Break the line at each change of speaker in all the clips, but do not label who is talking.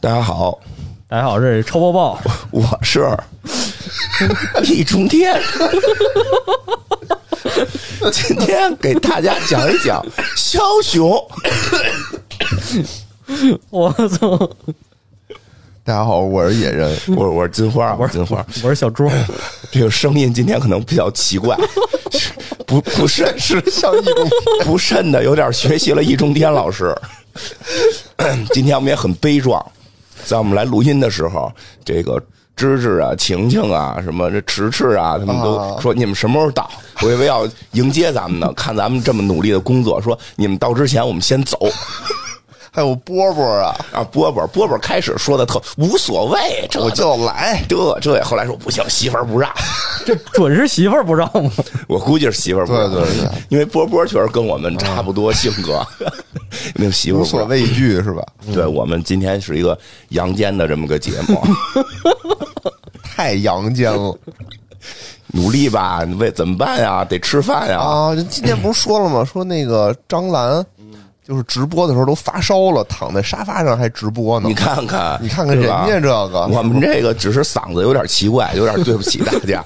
大家好，
大家好，这是臭 抱抱，
我是李中天，今天给大家讲一讲枭雄。
我操，
大家好，我是野人。
我我是金花，我是金花，
我是 小猪，
这个声音今天可能比较奇怪， 不不慎是
像一种
不慎的有点学习了易中天老师。 今天我们也很悲壮，在我们来录音的时候，这个芝芝啊、晴晴啊、什么这迟迟啊，他们都
啊
说你们什么时候到？我以为要迎接咱们呢，看咱们这么努力的工作，说你们到之前我们先走。
还有波波啊，
啊，波波波波开始说的特无所谓，这
我就要来。
这这，后来说不行，媳妇儿不让。
这准是媳妇儿不让吗？
我估计是媳妇儿不让，
对对对
因为波波确实跟我们差不多性格， 那个媳妇儿
无
不
所嗯
让。
畏惧是吧？
对我们今天是一个阳间的这么个节目，
太阳间了
努力吧，为怎么办呀？得吃饭呀。
啊！人今天不是说了吗？说那个张兰，就是直播的时候都发烧了，躺在沙发上还直播呢
你。看看，
你看看
是吧
人家这个
我们这个只是嗓子有点奇怪，有 点对不起大家。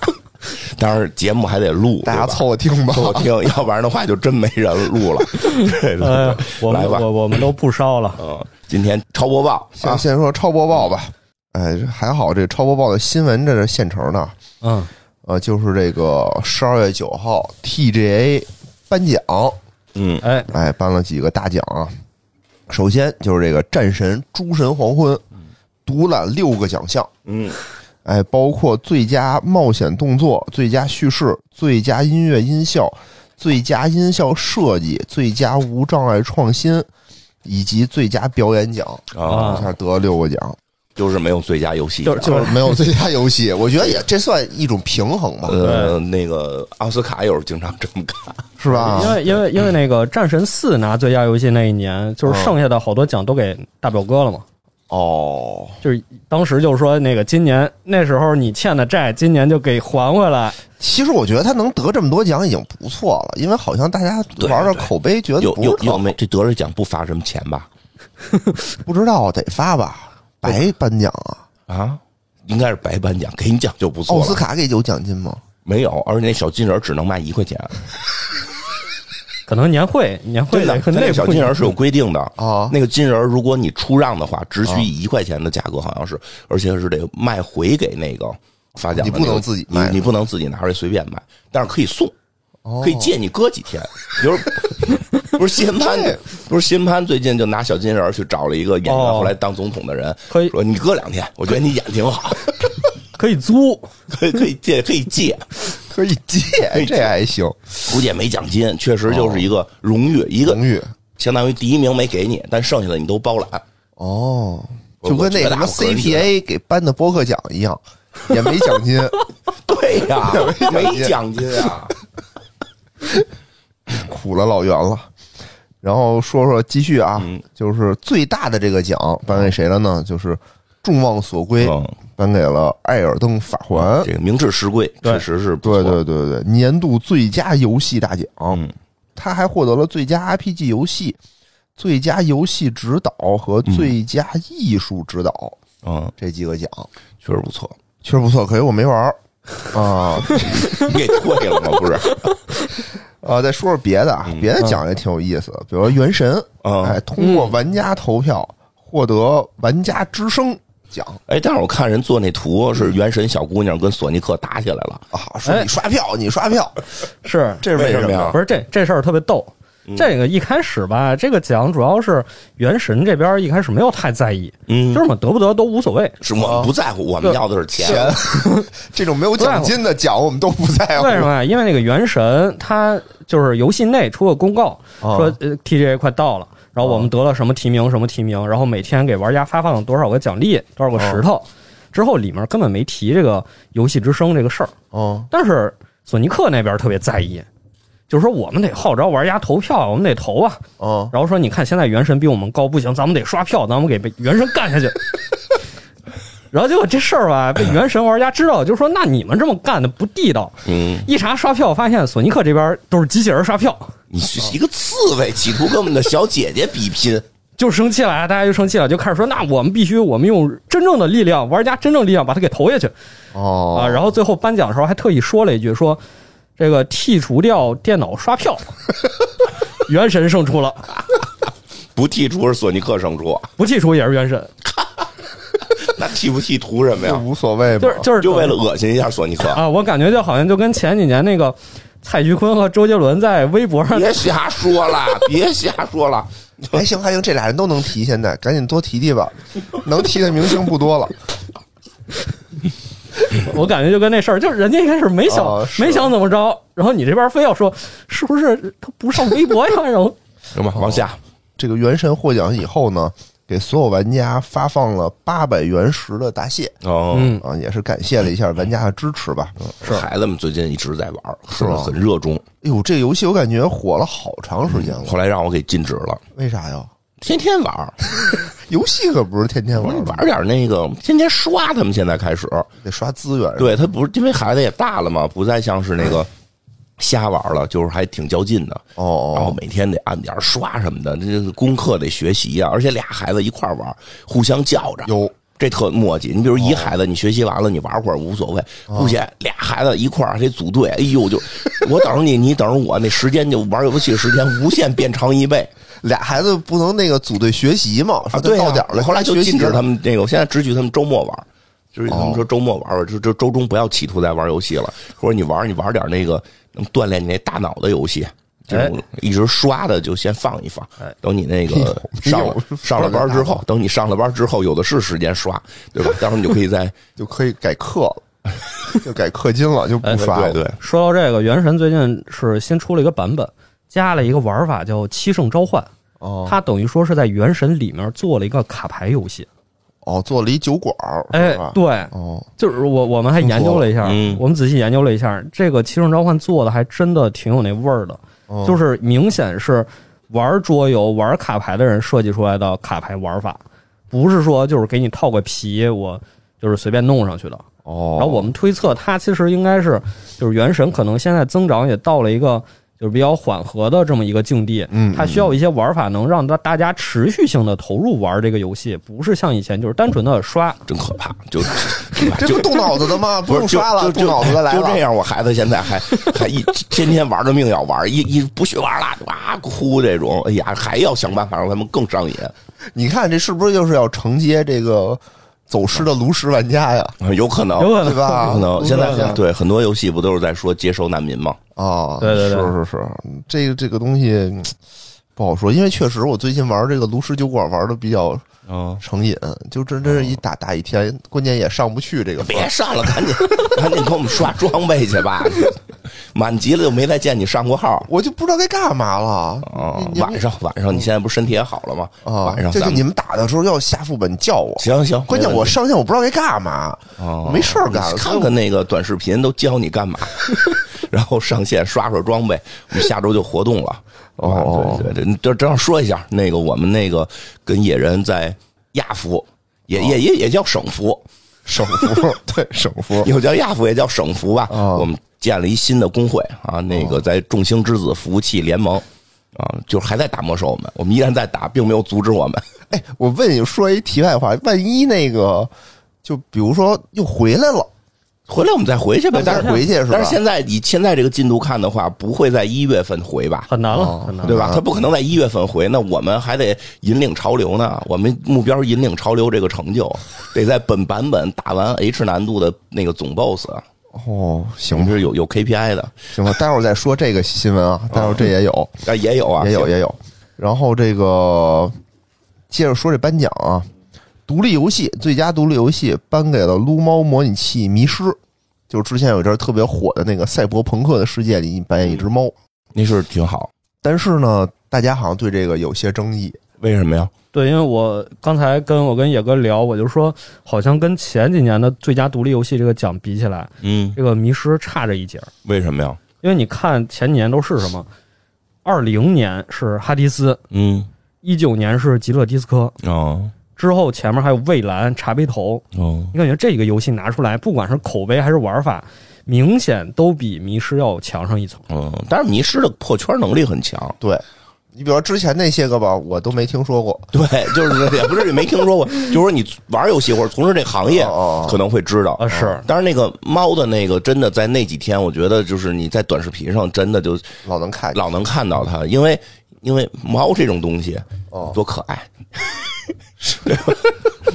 但是节目还得录，
大家
对吧
凑合听吧。
凑合听， 要不然的话就真没人录了。对对
哎呀
对，，
我
来
们
吧，
我我们都不烧了，
嗯，今天超播报
先
啊，
先说超播报吧。哎，这还好这超播报的新闻在这现成呢。
嗯，
呃，就是这个十二月九号 TGA 颁奖，
嗯
哎，
哎，颁了几个大奖啊。首先就是这个战神诸神黄昏，独揽六个奖项，
嗯
哎，包括最佳冒险动作、最佳叙事、最佳音乐音效、最佳音效设计、最佳无障碍创新，以及最佳表演奖，
啊，
一下得了六个 奖，
就是没有最佳游戏，
就就是
没有最佳游戏，我觉得也这算一种平衡吧，
呃，那个奥斯卡有时候经常这么干，
是
啊
吧？
因为因为因为那个《战神四》拿最佳游戏那一年，
嗯
就是剩下的好多奖都给大表哥了嘛。
哦，
就是当时就说那个今年那时候你欠的债，今年就给还回来。
其实我觉得他能得这么多奖已经不错了，因为好像大家
对
玩的
对
口碑觉得
有
不是
有有
特
没这得了奖不罚什么钱吧？
不知道得发吧，白颁奖啊，
啊，应该是白颁奖，给你奖就不错
奥
了。
斯卡给有奖金吗？
没有，而且那小金人只能卖一块钱，
可能年会年会
真的，
可
他
能
那个小金人
人
是有规定的
啊
那个金人，如果你出让的话，只许以一块钱的价格，好像是，而且是得卖回给那个发奖的那个。
你不能自己卖
你你不能自己拿出来随便卖，但是可以送，可以
哦
借你哥几天。比如，不是新潘，不是新潘最近就拿小金人去找了一个演员，
哦
后来当总统的人，
可以
说你搁两天，我觉得你演挺好，
可以租，
可以可以借可以借，
可以借
以，借
这还行，
估计也没奖金，确实就是一个荣誉，一个
荣誉
相当于第一名没给你，但剩下的你都包揽。
哦，
我
就跟那
我觉
个
得
什
啊
么
我个人觉得
CPA 给颁的播客奖一样，也没 奖金。
对哎呀、 没
没
奖金 啊！
苦了老袁了。然后说说继续啊，
嗯
就是最大的这个奖颁给谁了呢？就是众望所归
嗯，
颁给了《艾尔登法环》。
这个明智实归，
对
确实是不
对
错
对对对，年度最佳游戏大奖，
嗯
他还获得了最佳 RPG 游戏、最佳游戏指导和最佳艺术指导、
嗯，
这几个奖，
确实不错。
确实不错。可是我没玩儿 啊
你给退了吗？不是，
啊！再说说别的啊，别的奖也挺有意思的，比如说《原神》
嗯
哎，通过玩家投票获得玩家之声奖
哎，但是我看人做那图是原神小姑娘跟索尼克打起来了，
啊，说你刷票，你刷票，
是
这是为什么呀
不？是这这事儿特别逗。这个一开始吧，这个奖主要是原神这边一开始没有太在意，
嗯
就是我们得不得都无所谓。
是我们不在乎，我们
哦对
要的是钱。
这种没有奖金的奖我们都不在乎
为。什么呀？因为那个原神它就是游戏内出个公告，
啊
说呃 TGA 快到了，然后我们得了什么提名什么提名，然后每天给玩家发放多少个奖励，多少个石头。之后里面根本没提这个游戏之声这个事儿，
哦，
但是索尼克那边特别在意，就是说我们得号召玩家投票，我们得投啊。
哦，
然后说你看现在原神比我们高，不行，咱们得刷票，咱们给被原神干下去。 然后结果这事儿吧，被原神玩家知道，就说那你们这么干的不地道。
嗯，
一查刷票，发现索尼克这边都是机器人刷票，
你是一个刺猬，企图跟我们的小姐姐比拼，
就生气了，大家就生气了，就开始说，那我们必须，我们用真正的力量，玩家真正力量把它给投下去
哦
啊。然后最后颁奖的时候还特意说了一句，说这个剔除掉电脑刷票，原神胜出了，
不剔除是索尼克胜出，啊
不剔除也是原神，
那剔不剔图什么
这
呀？
无所谓 吧，
就是就是
就为了恶心一下索尼 克，
啊，我感觉就好像就跟前几年那个蔡徐坤和周杰伦在微博 上
别瞎说了，别瞎说了。
还哎行还行，这俩人都能提，现在赶紧多提 提吧，能提的明星不多了。
我感觉就跟那事儿，就是人家一开始没想、
啊是
没想怎么着，然后你这边非要说是不是他不上微博呀？ 然后
行吧，往下，
这个《原神》获奖以后呢，给所有玩家发放了八百原石的答谢
哦，
嗯，
啊，也是感谢了一下玩家的支持
嗯
吧。
孩子们最近一直在玩，是啊
吗
很热衷。
哎呦，这个游戏我感觉火了好长时间了，
后来让我给禁止了，
为啥呀？
天天玩，
游戏可不是天天
我
玩
说
的
你玩点那个，天天刷。他们现在开始，
得刷资源。，
对他不是因为孩子也大了嘛，不再像是那个瞎玩了，就是还挺较劲的。
哦
然后
哦，
每天得按点儿刷什么的，这个功课得学习呀、而且俩孩子一块儿玩，互相叫着，
有
这特磨叽。你比如一孩子，你学习完了，你玩会儿无所谓；不行，俩孩子一块儿还得组队，哎呦，就 我等着你，你等着我，那时间就玩游戏时间无限变长一倍
俩孩子不能那个组队学习嘛，
啊！
说
对
他
呀、
到点儿了，
后来就
学习
禁止
了哦
他们那个，我现在只许他们周末玩。就是他们说周末玩玩，就就周中不要企图再玩游戏了。说你玩，你玩点那个能锻炼你那大脑的游戏，这
哎
种一直刷的就先放一放
哎。
等你那个
你有
上了上了班之后，等你上了班之后，有的是时间刷，对吧？到时候你就可以在
就可以改课了，就改氪金了，就不 刷 了。
对对，
说到这个，原神最近是新出了一个版本，加了一个玩法叫七圣召唤，
哦
它等于说是在原神里面做了一个卡牌游戏。
哦，做了一酒馆儿，
哎
是吧，
对，
哦，
就是我我们还研究了一下，
嗯
我们仔细研究了一下，这个七圣召唤做的还真的挺有那味儿的，
哦
就是明显是玩桌游、玩卡牌的人设计出来的卡牌玩法，不是说就是给你套个皮，我就是随便弄上去的。
哦，
然后我们推测，它其实应该是就是原神可能现在增长也到了一个就是比较缓和的这么一个境地，
嗯
它需要一些玩法能让大大家持续性的投入玩这个游戏，不是像以前就是单纯的刷。
真可怕，就
这不动脑子的吗？
不
不
是
用刷了，
就
动
就
脑子的来
就
了。
这样，我孩子现在还还一天天玩着命要玩，一一不许玩了，哇哭这种，哎呀，还要想办法让他们更上瘾。
你看这是不是就是要承接这个走失的炉石玩家呀？
啊有可能，
有可
对
能，
吧？
可能现在
对吧
很对很多游戏不都是在说接收难民吗？
啊，
对对对
是是是，这个这个东西嗯不好说，因为确实我最近玩这个炉石酒馆玩的比较
嗯，
成瘾，就真真是一打打一天，关键也上不去这个分
别上了，赶紧 赶紧给我们刷装备去吧， 满级了就没再见你上过号。
我就不知道该干嘛了。
啊
你，你
晚上晚上，你现在不是身体也好了吗？
啊，
晚上
这
咱
就
们
你们打的时候要下副本叫我。
行行，
关键
没
我
问题
上线我不知道该干嘛，没事儿干
你。
所以
看
我
看那个短视频都教你干 嘛，然后上线刷刷装备，我们下周就活动了。
哦
对对对，这正好说一下，那个我们那个跟野人在亚服，
哦
也也也也叫省服，
省 服，对省服，
有叫亚服也叫省服吧。
哦
我们建了一新的工会啊，那个在众星之子服务器联盟啊，就是还在打魔兽，我们我们依然在打，并没有阻止我们。
哎，我问你说一题外话，万一那个就比如说又回来了，
回来我们再回去呗，但
再
是
回去是吧？
但是现在以现在这个进度看的话，不会在一月份回吧？
很难了
哦，
很难了。
对吧？他不可能在一月份回，那我们还得引领潮流呢。我们目标是引领潮流这个成就，得在本版本打完 H 难度的那个总 BOSS，
哦，
我
行
们
吧，
是有有 KPI 的，
行吧，待会儿再说这个新闻啊，待会儿这也有，
啊也有啊，
也有，也有。然后这个接着说这颁奖啊，独立游戏最佳独立游戏颁给了撸猫模拟器《迷失》，就是之前有一阵儿特别火的那个赛博朋克的世界里，你扮演一只猫。
那是挺好。
但是呢，大家好像对这个有些争议。
为什么呀？
对，因为我刚才跟我跟野哥聊，我就说，好像跟前几年的最佳独立游戏这个奖比起来，
嗯，
这个迷失差着一截儿。
为什么呀？
因为你看前几年都是什么，二零年是哈迪斯，
嗯，
一九年是极乐迪斯科，
哦
之后前面还有蔚蓝、茶杯头。
哦，
你感觉这个游戏拿出来，不管是口碑还是玩法，明显都比迷失要强上一层。
哦嗯，但是迷失的破圈能力很强，
对，你比如说之前那些个吧，我都没听说过。
对，就是 也不是没听说过，就是说你玩游戏或者从事这行业
哦哦哦
可能会知道嗯
啊是
但是那个猫的那个真的在那几天，我觉得就是你在短视频上真的就
老能 看见
哎老能看到它，因为因为猫这种东西
哦
多可爱， 对吧？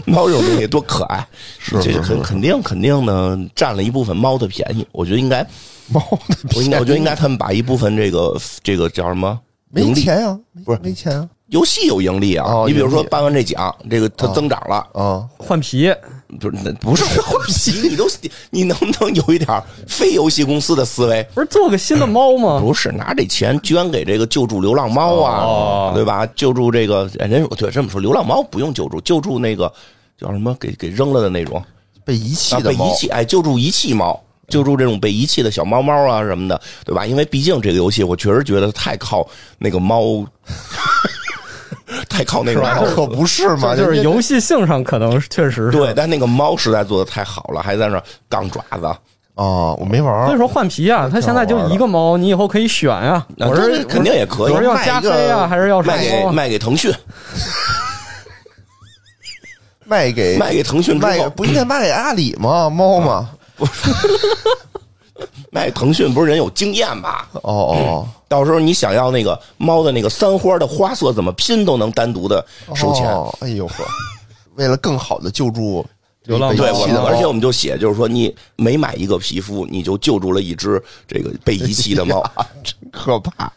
猫这种东西多可爱，
是
这
是
肯肯定肯定呢占了一部分猫的便宜，我觉得应该，
猫的
我
便
应
宜，
该我觉得应该他们把一部分这个这个叫什么
没
盈利
钱呀，没
不是
没钱啊
游戏有盈利啊，
哦
你比如说
盈利
颁完这奖，这个它增长了，
啊！
换皮，
不是那不是我皮， 你都你能不能有一点非游戏公司的思维？
不是做个新的猫吗？
不是拿这钱捐给这个救助流浪猫啊，
哦
对吧？救助这个哎人对这么说，流浪猫不用救助，救助那个叫什么给给扔了的那种
被遗弃
啊，
的
被遗
猫，
弃哎，救助遗弃猫。救助这种被遗弃的小猫猫啊什么的，对吧？因为毕竟这个游戏，我确实觉得太靠那个猫， 太靠那个猫了。
可不是嘛，
就就是
人家
游戏性上可能是确实是，
对，但那个猫实在做的太好了，还在那儿杠爪子，
啊，我没玩
所以
儿。
说换皮啊，它现在就一个猫，你以后可以选啊。
那
我是
这肯定也可以
我是要
卖一
加
个
菲啊，还是要什
卖给
么猫啊？
卖给腾讯，
卖给
卖给腾讯之
卖给
后，
不应该卖给阿里吗？猫吗？
卖给哎腾讯不是人有经验吗？
哦哦，
到时候你想要那个猫的那个三花的花色怎么拼都能单独的
哦
收钱。
哦哎呦呵，为了更好的救助
流浪
被
猫
对
遗
我
弃
们
的，猫
而且我们就写，就是说你每买一个皮肤，你就救助了一只这个被遗弃的 猫。
真可怕。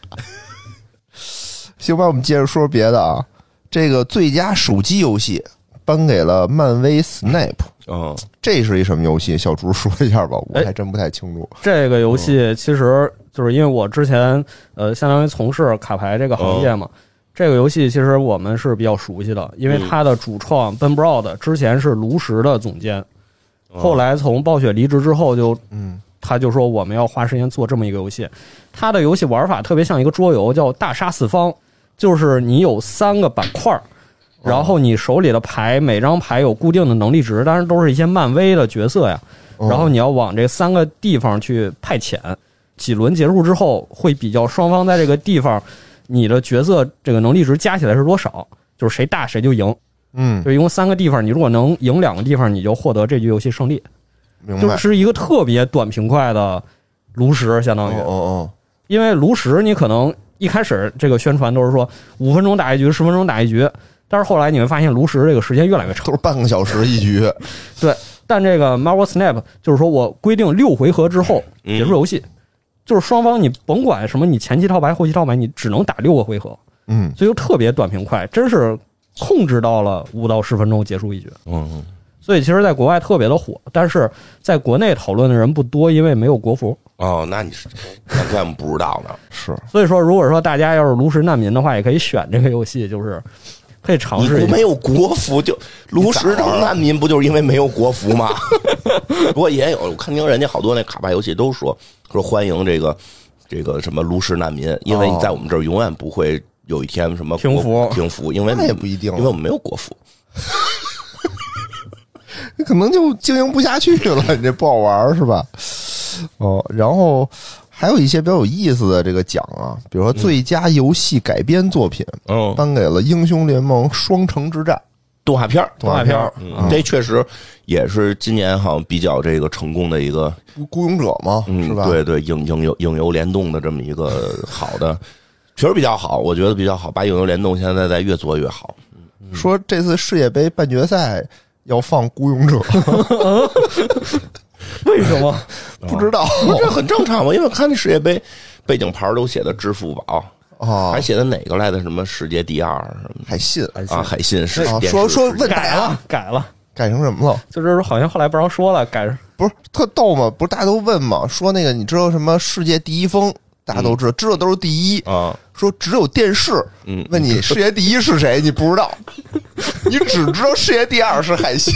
行吧，我们接着说别的啊。这个最佳手机游戏颁给了漫威 Snap，
嗯，
这是一什么游戏？小竹说一下吧，我
哎
还真不太清楚。
这个游戏其实就是因为我之前呃，相当于从事卡牌这个行业嘛。这个游戏其实我们是比较熟悉的，因为它的主创 Ben Broad 之前是炉石的总监，后来从暴雪离职之后就，
嗯，
他就说我们要花时间做这么一个游戏。它的游戏玩法特别像一个桌游，叫大杀四方，就是你有三个板块儿，然后你手里的牌每张牌有固定的能力值，当然都是一些漫威的角色呀。
嗯
然后你要往这三个地方去派遣。几轮结束之后，会比较双方在这个地方，你的角色这个能力值加起来是多少，就是谁大谁就赢。
嗯，
就一共三个地方，你如果能赢两个地方，你就获得这局游戏胜利。
嗯明
就
白。
是一个特别短平快的炉石，相
哦
当于
哦，哦，
因为炉石你可能一开始这个宣传都是说五分钟打一局，十分钟打一局，但是后来你会发现炉石这个时间越来越长
都。是半个小时一局。
但这个 Marvel Snap 就是说我规定六回合之后
嗯
结束游戏，就是双方你甭管什么，你前期套牌、后期套牌，你只能打六个回合，
嗯，
所以就特别短平快，真是控制到了五到十分钟结束一局。
嗯，
所以其实，在国外特别的火，但是在国内讨论的人不多，因为没有国服。
哦，那你是难怪我们不知道呢。
是
所以说，如果说大家要是炉石难民的话，也可以选这个游戏，就是可以尝
你
试
国
一下
没。有国服就炉石当难民不就是因为没有国服吗？ 不过也有，我看听人家好多那卡牌游戏都说说欢迎这个这个什么炉石难民，因
哦
为你在我们这儿永远不会有一天什么国
停服
停服，因为
那也不一定
因为我们没有国服。
可能就经营不下去了， 你这不好玩儿是吧？哦，然后还有一些比较有意思的这个奖啊，比如说最佳游戏改编作品，
嗯，
颁给了《英雄联盟：双城之战》
动画片儿
动画片儿，
嗯，这确实也是今年好像比较这个成功的一个，
《孤勇者》嘛，
嗯，
是吧？
对对，影影游影游联动的这么一个好的，确实比较好，我觉得比较好，把影游联动现在在越做越好。
说这次世界杯半决赛要放《孤勇 者》
为什么？
不知道
不是这很正常吗？因为我看那世界杯背景牌儿都写的支付宝，
啊
哦还，写的哪个来的什么世界第二什么
还信
的啊？海信是
啊？
电视
说说问大
改
家
了，改了，
改成什么了？
就是好像后来不让说了，改
不是特逗吗？不是大家都问吗？说那个你知道什么世界第一峰？大家都知道，知道都是第一。
啊，
说只有电视，
嗯
问你世界第一是谁？你不 知道，你只知道世界第二是海信。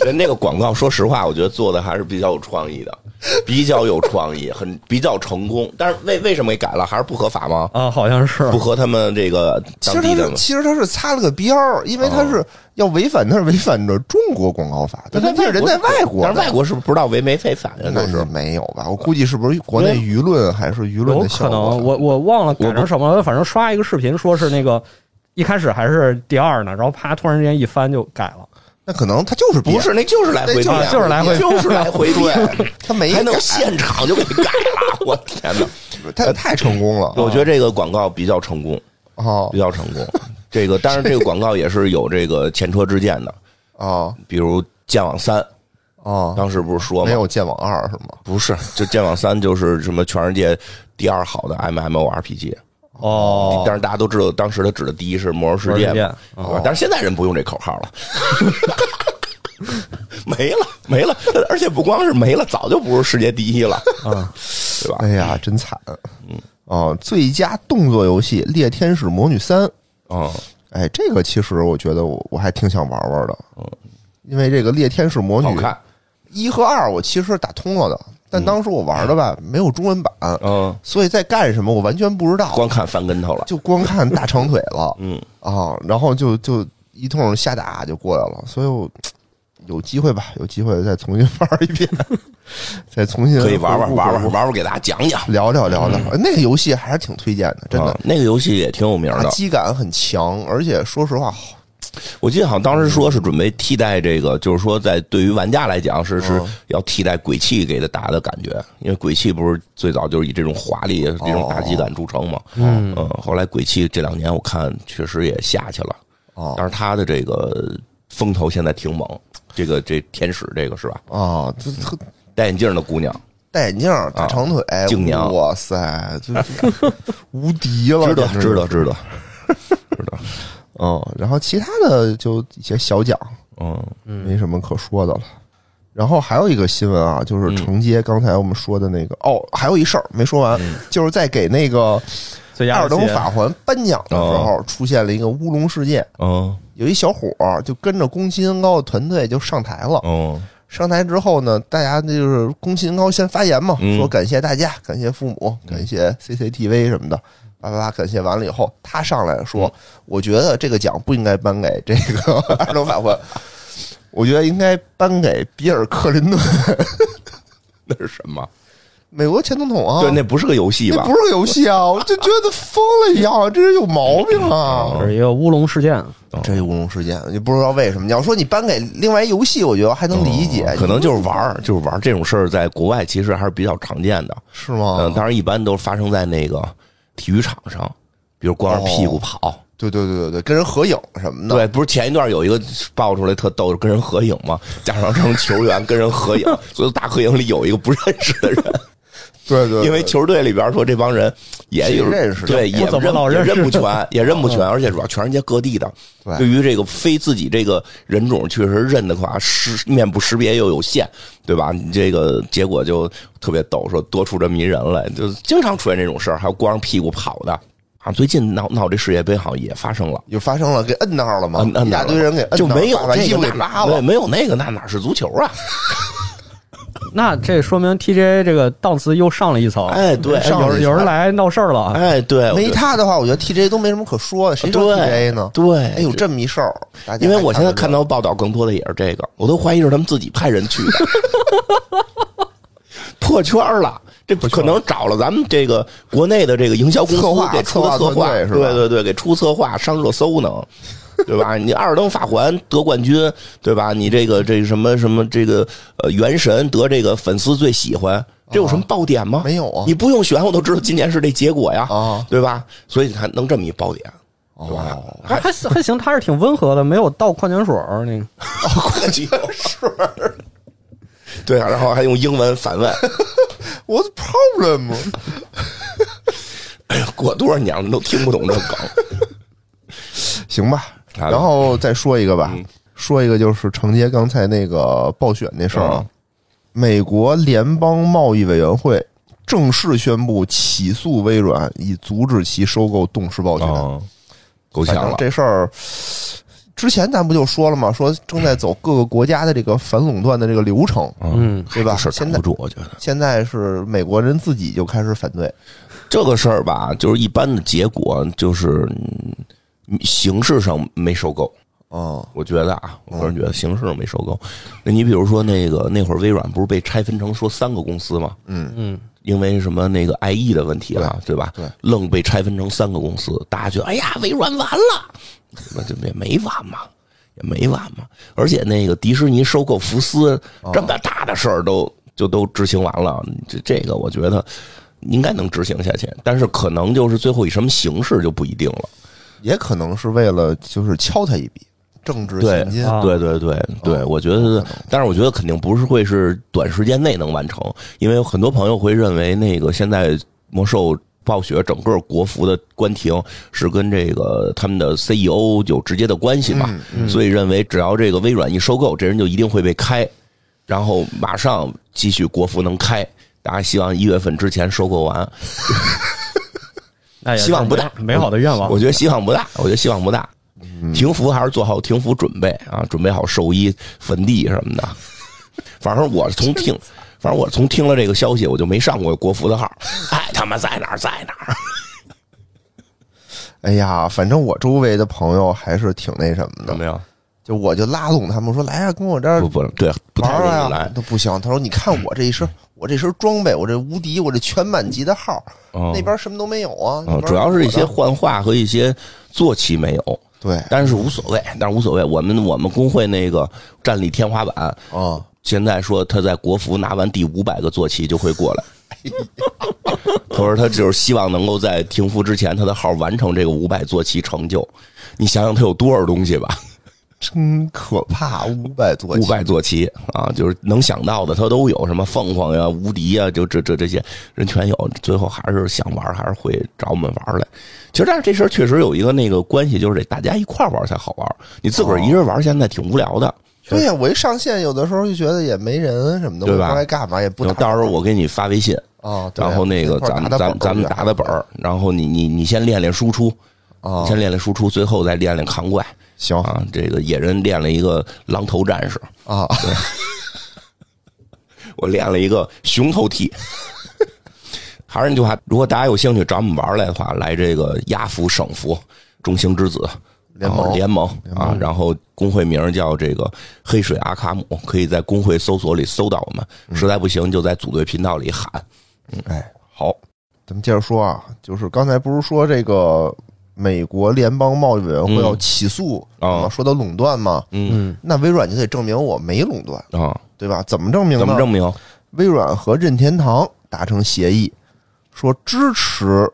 人那个广告，说实话，我觉得做的还是比较有创意的。比较有创意，很比较成功。但是为为什么给改了？还是不合法吗？
啊，好像是
不合他们这个
其
当
实
地
他
的
是
吗？哦
其实他是擦了个边儿，因为他是要违反，他是违反着中国广告法，但问题是人在外国
但
的，嗯
是外国是不是不知道违没违反呀？
那
都
是
是
没有吧？我估计是不是国内舆论还是舆论
有可
的效
能，我
果？
我忘了改
我
成
不
什么了，反正刷一个视频说是那个一开始还是第二呢，然后啪突然之间一翻就改了。
那可能他就是
不是，那就是来回
那就是
变，
就是来回变
就是来回变，
他没
还能
改
现场就给改了，我天哪！
他太成功了
我觉得这个广告比较成功，
哦
比较成 功。这个当然，这个广告也是有这个前车之鉴的，
哦
比如《剑网三》，
哦，
当时不是说
没
吗？
有剑网二是吗？
不是，就《剑网三》就是什么全世界第二好的 MMORPG，
哦
但是大家都知道，当时他指的第一是《魔兽世界》
魔兽世界
嘛，对吧但是现在人不用这口号了。 没了，没了，而且不光是没了，早就不是世界第一了，
啊，
对吧？
哎呀，真惨。
嗯
哦，最佳动作游戏《猎天使魔女三》。
嗯，
哎，这个其实我觉得我我还挺想玩玩的，因为这个《猎天使魔女
嗯好》看，
一和二我其实是打通了的，但当时我玩的吧没有中文版，
嗯，
所以在干什么我完全不知道，
光看翻跟头了，
就光看大长腿 了
嗯，
啊，然后就就一通瞎打就过来了，所以我有机会吧，有机会再重新玩一 遍，再重新
可以玩玩
回顾
玩
回
玩
顾
玩玩，给大家讲讲。
聊聊聊聊，那个游戏还是挺推荐的，真的
啊，那个游戏也挺有名
打
的，
击感很强，而且说实话，好
我记得好像当时说是准备替代这个，就是说在对于玩家来讲是是要替代鬼泣给他打的感觉，因为鬼泣不是最早就是以这种华丽、这种打击感著称嘛。哦嗯，后来鬼泣这两年我看确实也下去了，
哦
但是他的这个风头现在挺猛，这个这天使这个是吧？
啊，这特
戴眼镜的姑娘
戴眼镜儿、大长腿，
啊静娘
哇塞，这 无敌了，
值得
简直
值得。值得，值得，
嗯，然后其他的就一些小奖，
嗯
没什么可说的了。然后还有一个新闻啊，就是承接刚才我们说的那个、哦，还有一事儿没说完，就是在给那个
最
《
佳
艾尔登
游戏
法环》颁奖的时候，出现了一个乌龙事件，
嗯
有一小伙儿就跟着宫崎英高的团队就上台了，
嗯
上台之后呢，大家就是宫崎英高先发言嘛，
嗯
说感谢大家，感谢父母，感谢 CCTV 什么的，叭叭叭，感谢完了以后，他上来
嗯
说，我觉得这个奖不应该颁给这个 二等法官，我觉得应该颁给比尔·克林顿，
那是什么？
美国前总统啊，
对，那不是个游戏
那
吧
不？是个游戏啊，我就觉得疯了一样，这人有毛
嗯
病啊。
是一个乌龙事件。
这乌龙事件，也不知道为什么。你要说你颁给另外一游戏，我觉得还能理解，
哦嗯可能就是玩儿，就是玩儿这种事儿，在国外其实还是比较常见的。
是吗？
嗯，当然一般都是发生在那个体育场上，比如光着屁股跑。
对对对对对，跟人合影什么的，
对，不是前一段有一个爆出来特逗，跟人合影嘛， 假装成球员跟人合 影，所以大合影里有一个不认识的人，
对 对，对
因为球队里边说这帮人也有
谁认识嗯
对，
不
也
怎么
认
老
也
认识
认不全，也认不 全，而且主要全世界各地的，
对
对于这个非自己这个人种，确实认的话识面部识别又有限，对吧？你这个结果就特别逗，说多出这么一人来，就经常出现这种事儿，还有光着屁股跑的。啊，最近闹闹这世界杯好像也发生了，
有发生了，给摁那儿了吗？
摁摁
一
哪
大
儿了
堆人给摁
就
那儿了
没有
把把
这
衣服
个
给
哪
扒
对，
了。
没有那个，那哪是足球啊？
那这说明 TGA 这个档次又上了一层。
哎，对，
上
有人有人来闹事儿了，
哎，对，我
没
觉得
他的话，我觉得 TJ 都没什么可说的，谁说 TJ 呢？
对，
哎，有这么一事儿，大家
因为我现在看
到
到报道更多的也是这个，我都怀疑是他们自己派人去的， 破圈儿了。这可能找了咱们这个国内的这个营销公
策
司
划
给出的
策
策
划
划
团队，是吧
对对对，给出策划上热搜呢，对吧？你阿尔登法环得冠军，对吧？你这个这什么什么这个呃原神得这个粉丝最喜欢，这有什么爆点吗？
哦没有啊
你不用选我都知道今年是这结果呀，
啊
对吧？所以还能这么一爆点，对吧？
哦
还还还行，他是挺温和的，没有倒矿泉水儿那个。
喝酒水儿。对啊，然后还用英文反问，
我 problem
过多少年了都听不懂这梗。
行吧。
来吧嗯
然后再说一个吧，说一个就是承接刚才那个暴雪那事儿啊
嗯，
美国联邦贸易委员会正式宣布起诉微
哦
软，以阻止其收购动视暴雪。
够
反
呛
正
了，
这事儿之前咱不就说了吗？说正在走各个国家的这个反垄断的这个流程，
嗯，
对吧？
这事儿
现
挡
在
不住，我觉得
现在是美国人自己就开始反对，
这个事儿吧，就是一般的结果就是嗯形式上没收购，
嗯
我觉得啊，我个人觉得形式上没收购。那你比如说那个那会儿微软不是被拆分成说三个公司吗？
嗯
嗯，
因为什么那个 IE 的问题啊，对吧？
对，
愣被拆分成三个公司，大家觉得哎呀，微软完了，那这也没完嘛，也没完嘛。而且那个迪士尼收购福斯这么大的事儿都就都执行完了，这这个我觉得应该能执行下去，但是可能就是最后以什么形式就不一定了。
也可能是为了就是敲他一笔，政治
对
现金，哦
啊
对对对对，我觉得，但是我觉得肯定不是会是短时间内能完成，因为有很多朋友会认为那个现在魔兽。暴雪整个国服的关停是跟这个他们的 CEO 有直接的关系嘛，
嗯
所以认为只要这个微软一收购，这人就一定会被开，然后马上继续国服能开。大家希望一月份之前收购完，
哎呀，
希望不大
这美美好的愿望
我。觉得希望不大，我觉得希望不大。
嗯
停服还是做好停服准备啊，准备好兽医、坟地什么的。反正我从 听，反正我从听了这个消息，我就没上过国服的号。哎，他妈在哪儿，在哪儿？
哎呀，反正我周围的朋友还是挺那什么的，
么样？
就我就拉拢他们说来呀、跟我这儿
嗯不不，对，不
玩
太
玩
容易
呀、
来。
都不行。他说你看我这一身，我这身装备，我这无敌，我这全满级的号，
嗯
那边什么都没有啊。那
嗯，
边
主要是一些
我的
幻化和一些坐骑没有，
对
但是无所谓，但是无所谓。我们我们工会那个战力天花板，
啊，
现在说他在国服拿完第五百个坐骑就会过来。 他说他就是希望能够在停服之前，他的号完成这个五百坐骑成就。你想想他有多少东西吧？
真可怕，五百多
五百坐骑啊，就是能想到的他都有，什么凤凰呀、无敌呀，就这这这些人全有。最后还是想玩，还是会找我们玩来。其实，但是这事儿确实有一个那个关系，就是得大家一块儿玩才好玩。你自个儿一人玩，现在挺无聊的。
对呀、我一上线，有的时候就觉得也没人什么的，
对吧
我该干嘛也不
等
打。
到时候我给你发微信，
啊，对
然后那个
一块
咱
儿
们
打
咱们咱们打打本儿，然后你你你先练练输出，
啊
你，先练练输出，最后再练练扛怪
行啊
啊。这个野人练了一个狼头战士，
啊，
我练了一个熊头 T。还是那句话，如果大家有兴趣找我们玩儿来的话，来这个亚服、省服、中兴之子然
联
后
盟
联盟啊，然后工会名儿叫这个黑水阿卡姆，可以在工会搜索里搜到我们。实在不行，就在组队频道里喊。
嗯
嗯
哎，
好，
咱们接着说啊，就是刚才不是说这个美国联邦贸易委员会要起诉
啊
嗯啊，说到垄断吗？
嗯
嗯
那微软就得证明我没垄断，
啊，
对吧？怎么证明呢？
怎么证明？
微软和任天堂达成协议，说支持《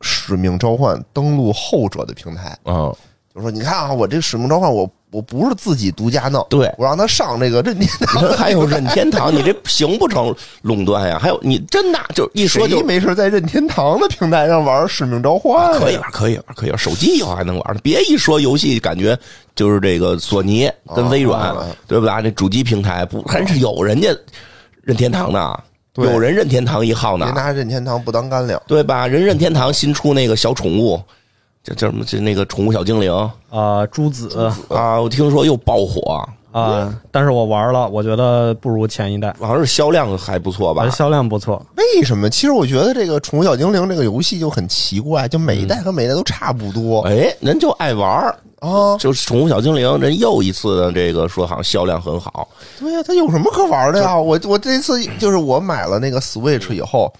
使命召唤》登陆后者的平台。
啊，
就说你看啊，我这《使命召唤》，我我不是自己独家弄，
对
我让他上这个任天 堂，
人 还有任天堂，你这行不成垄断呀？还有你真的就一说就
谁没事在任天堂的平台上玩《使命召唤》呀
啊可以玩，可以玩，可以玩，手机以后还能玩呢。别一说游戏，感觉就是这个索尼跟微软，
啊啊
对吧？这主机平台不还是有人家任天堂的，
对
有人任天堂一号
别
呢，
拿任天堂不当干粮。
对吧？人任天堂新出那个小宠物，这叫什么？这那个宠物小精灵
哦
啊，朱子
啊，我听说又爆火，
啊，但是我玩了，我觉得不如前一代，
好像是销量还不错吧
而？销量不错。
为什么？其实我觉得这个《宠物小精灵》这个游戏就很奇怪，就每一代和每一代都差不多
嗯哎，人就爱玩儿
啊。
就是宠物小精灵，人又一次的这个说好像销量很好，
对呀、它有什么可玩的呀？我我这次就是我买了那个 Switch 以后，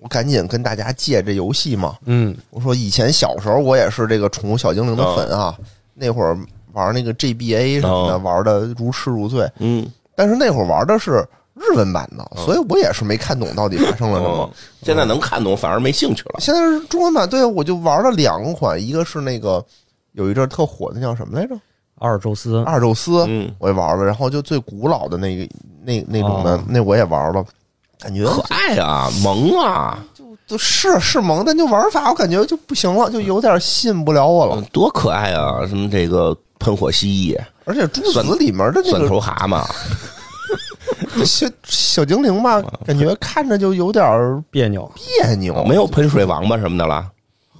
我赶紧跟大家借这游戏嘛。
嗯
我说以前小时候我也是这个宠物小精灵的粉啊，那会儿玩那个 GBA 什么的，
嗯
玩的如痴如醉。
嗯，
但是那会儿玩的是日文版
啊
的，所以我也是没看懂到底发生了什么
嗯。现在能看懂，反而没兴趣了。
现在是中文版，对，啊我就玩了两款，一个是那个有一阵儿特火的叫什么来着，《
阿尔宙斯，
阿尔宙斯》，
嗯，
我也玩了，然后就最古老的那个那那种
啊
的，
哦
那我也玩了，感觉
可爱啊，萌啊，
就是是萌，但就玩法我感觉就不行了，就有点吸引不了我了。
嗯多可爱啊！什么这个喷火蜥蜴、
而且朱子里面的那
蒜
个
头蛤蟆，
小小精灵吧，感觉看着就有点儿
别扭。
别扭，
哦没有喷水王八什么的了。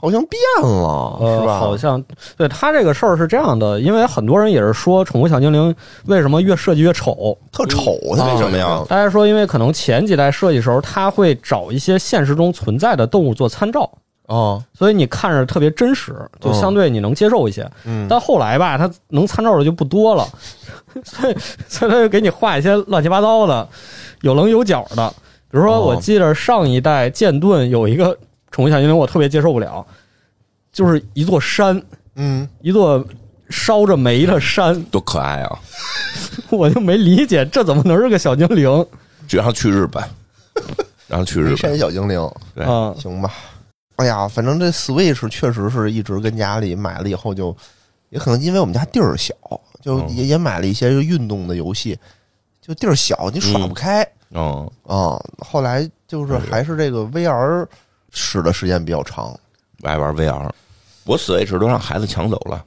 好像变了，
呃
是吧？
好像对他这个事儿是这样的，因为很多人也是说，宠物小精灵为什么越设计越丑？
特丑，啊它为什么呀？
大家说，因为可能前几代设计时候，他会找一些现实中存在的动物做参照，
啊，
所以你看着特别真实，就相对你能接受一些。
嗯
但后来吧，他能参照的就不多了， 所以所以他就给你画一些乱七八糟的，有棱有角的。比如说，
哦
我记得上一代剑盾有一个宠物小精灵，我特别接受不了，就是一座山，
嗯，
一座烧着煤的山，
多可爱啊！
我就没理解这怎么能是个小精灵
然后去日 本，然后去日
黑
本
山，小精灵，
对
啊？
行吧。哎呀，反正这 Switch 确实是一直跟家里买了以后就，也可能因为我们家地儿小，就
嗯
也、也买了一些运动的游戏，就地儿小你耍不开
嗯，
啊、后来就是还是这个 VR 使的时间比较长，
爱玩 VR，我 Switch 都让孩子抢走了，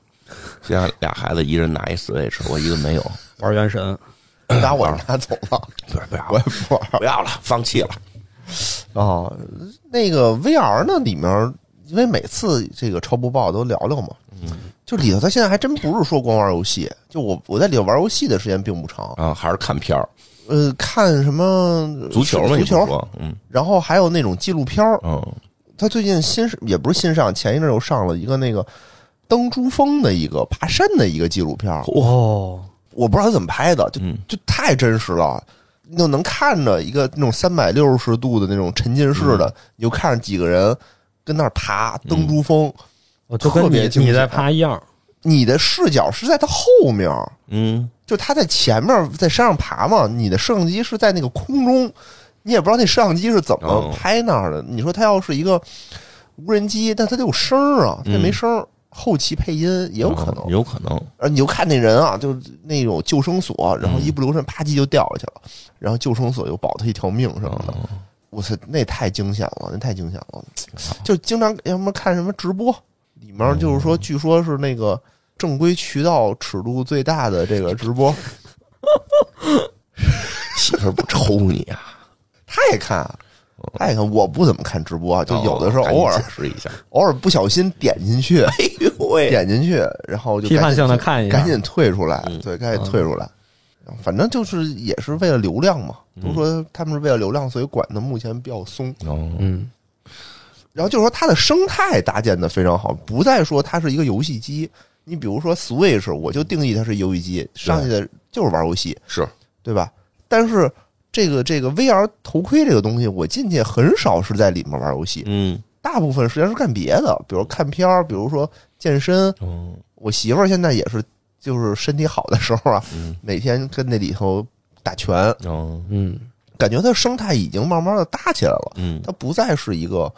现在俩孩子一人拿一 Switch，我一个没有，
玩原神，
你把我拿走了，
不是不要
我也
了，
不玩
不要了，放弃了。
啊，那个 VR 呢里面，因为每次这个超播报都聊聊嘛，
嗯
就里头它现在还真不是说光玩游戏，就我我在里头玩游戏的时间并不长，
啊，还是看片儿，
呃，看什么
足球嘛，
足
你不是
球，
说，嗯
然后还有那种纪录片儿，
哦
嗯，
它最近新上也不是新上，前一阵儿又上了一个那个。登珠峰的一个爬山的一个纪录片儿，
哦，
我不知道它怎么拍的，就
嗯
就太真实了，你就能看着一个那种三百六十度的那种沉浸式
嗯
的，你就看着几个人跟那儿爬登珠峰，
我就跟
特
你
别精彩
你在爬一样，
你的视角是在他后面，
嗯，
就他在前面在山上爬嘛，你的摄像机是在那个空中，你也不知道那摄像机是怎么
哦
拍那儿的。你说他要是一个无人机，但它得有声儿啊，它
嗯哦
没声儿。后期配音也有可能，
有可能，
然后你就看那人啊，就是那种救生索，然后
嗯
一不留神啪叽就掉下去了，然后救生索又保他一条命什么的。
哦
我操，那太惊险了，那太惊险了！
嗯
就经常要么看什么直播，里面就是
哦
说，据说是那个正规渠道尺度最大的这个直播，
媳妇儿不抽你啊？
他也看啊，他也看。我不怎么看直播啊，就有的时候
哦赶紧
偶尔
解释一下。
偶尔不小心点进去，
哎呦喂，
点进去，然后就
批判
赶
性
紧
地看一下
赶紧退出来
嗯，
对，赶紧退出来。反正就是也是为了流量嘛，都说他们是为了流量，所以管的目前比较松。
哦，
嗯，
然后就是说它的生态搭建的非常好，不再说它是一个游戏机。你比如说 Switch，我就定义它是游戏机，上去的就是玩游戏，
是
对吧？但是这个这个 VR 头盔这个东西，我进去很少是在里面玩游戏，
嗯
大部分时间是干别的，比如看片儿，比如说健身，
嗯
我媳妇儿现在也是，就是身体好的时候啊，
嗯
每天跟那里头打拳，
嗯
嗯，
感觉它生态已经慢慢的搭起来了，
嗯
它不再是一个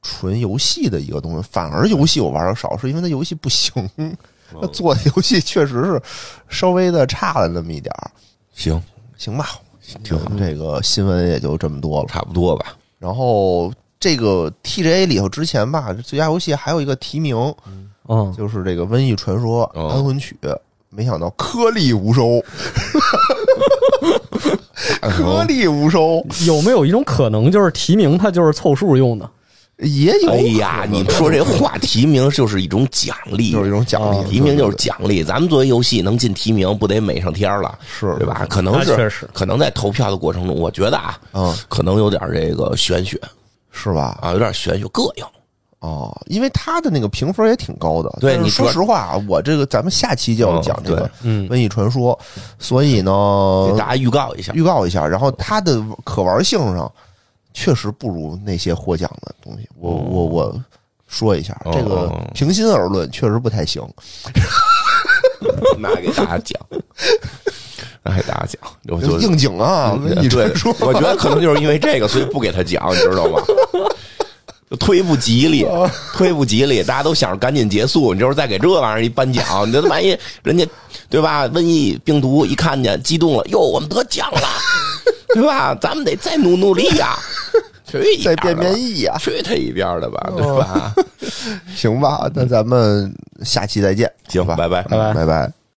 纯游戏的一个东西，反而游戏我玩的少，是因为它游戏不行，它做的游戏确实是稍微的差了那么一点儿，
行，
行吧，
挺好，
这个新闻也就这么多了。
差不多吧。
然后这个 TGA 里头之前吧，最佳游戏还有一个提名
嗯，
就是这个《瘟疫传说》
哦
安魂曲，没想到颗粒 无收。颗粒无收
有没有一种可能，就是提名它就是凑数用的？
也有可
哎
能，
呀，你说这话提名就是一种奖励，啊
就是一种奖励，
提名就是奖励。咱们作为游戏能进提名，不得美上天儿了，
是
对？吧？可
那
能
确
是，
实，
可能在投票的过程中，我觉得啊，
嗯，
可能有点这个玄学
是吧？
啊，有点玄学，膈应。
哦，因为他的那个评分也挺高的。
对
但是
你
说
说
实话啊，我这个咱们下期就要讲这个
哦
嗯
《瘟疫传说》，所以
给
呢，
大家预告一下，
预告一下，然后它的可玩性上确实不如那些获奖的东西。我我我说一下，
哦
这个平心而论，确实不太行。
那给大家讲，那给大家讲，我就
就应景啊，瘟疫
对
传说，，
我觉得可能就是因为这个，所以不给他讲，你知道吗？就推不吉利，
哦
推不吉利，大家都想着赶紧结束，你就是再给这玩意儿一颁奖，你这万一人家对吧？瘟疫病毒一看见激动了，哟，我们得奖了，对吧？咱们得再努努力呀、去一
再
边
变变
异，
异哦啊，
去他一边儿的吧，对吧？
行吧？那咱们下期再见，
行
吧，
拜拜
嗯拜拜。